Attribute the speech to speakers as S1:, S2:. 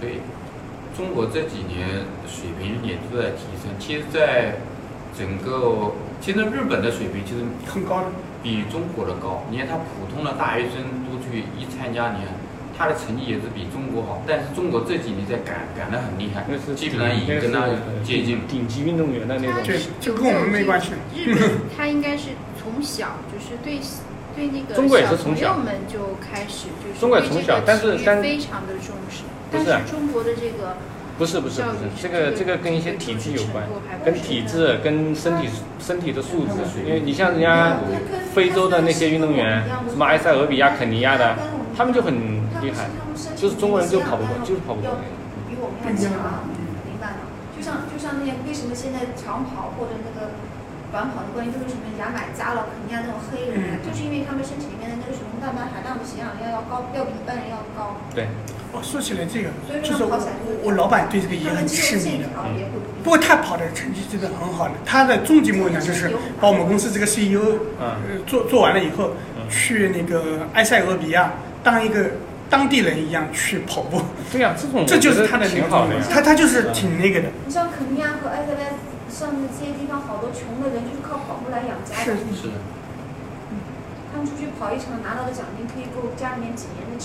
S1: 所以中国这几年水平也都在提升。其实，在整个现在日本的水平其实
S2: 很高的，
S1: 比中国的高。你看他普通的大学生都去一参加，你看他的成绩也是比中国好，但是中国这几年在赶赶得很厉害
S3: 那是，
S1: 基本上已经跟他接近。
S3: 顶级运动员的那种。
S2: 对这跟我们没关系
S4: 日本他应该是从小就是对对那个
S3: 中国也是
S4: 小
S3: 从小
S4: 朋友们就开始就是
S3: 中国也从小但是
S4: 对这个体育
S3: 但
S4: 非常的重视，
S3: 不
S4: 但
S3: 是
S4: 是中国的这个
S3: 不是不是不是，这个这个跟一些体质有关，跟体质、跟身体身体的素质。因为你像人家非洲的那些运动员，什么埃塞俄比亚、肯尼亚的，他们就很厉害，就是中国人就跑不过，就是跑不过。
S5: 比我们要强，明白吗？就像就像那些为什么现在长跑或者那个短跑的冠军都是什么牙买加了、肯尼亚那种黑人啊，就是因为他们身体里面的那个水溶蛋白含量的营养量要高，要比一般人要高，
S3: 对，
S2: 哦，说起来这个
S5: 所以，
S2: 就
S5: 说
S2: 是
S5: 他们跑
S2: 我
S5: 起来就
S2: 我
S5: 是
S2: 我老板对这个也
S5: 他
S2: 很
S5: 们肌
S2: 痴
S5: 肉
S2: 迷
S5: 线
S2: 的。
S5: 条也不一
S2: 不过他跑的成绩真的很好的，他的终极梦想就是把我们公司这个 CEO，呃，
S3: 啊
S2: 做做完了以后，
S3: 嗯
S2: 去那个埃塞俄比亚当一个当地人一样去跑步，
S3: 对呀、这种
S2: 这就是他的那
S3: 挺
S2: 个
S3: 好的呀。
S2: 他他就是挺那个的，
S5: 你像肯尼亚和埃塞俄比上的这些地方，好多穷的人就是靠跑步来养家
S2: 是
S5: 的。
S1: 是。
S5: 他们出去跑一场拿到的奖金，可以够家里面几年的吃。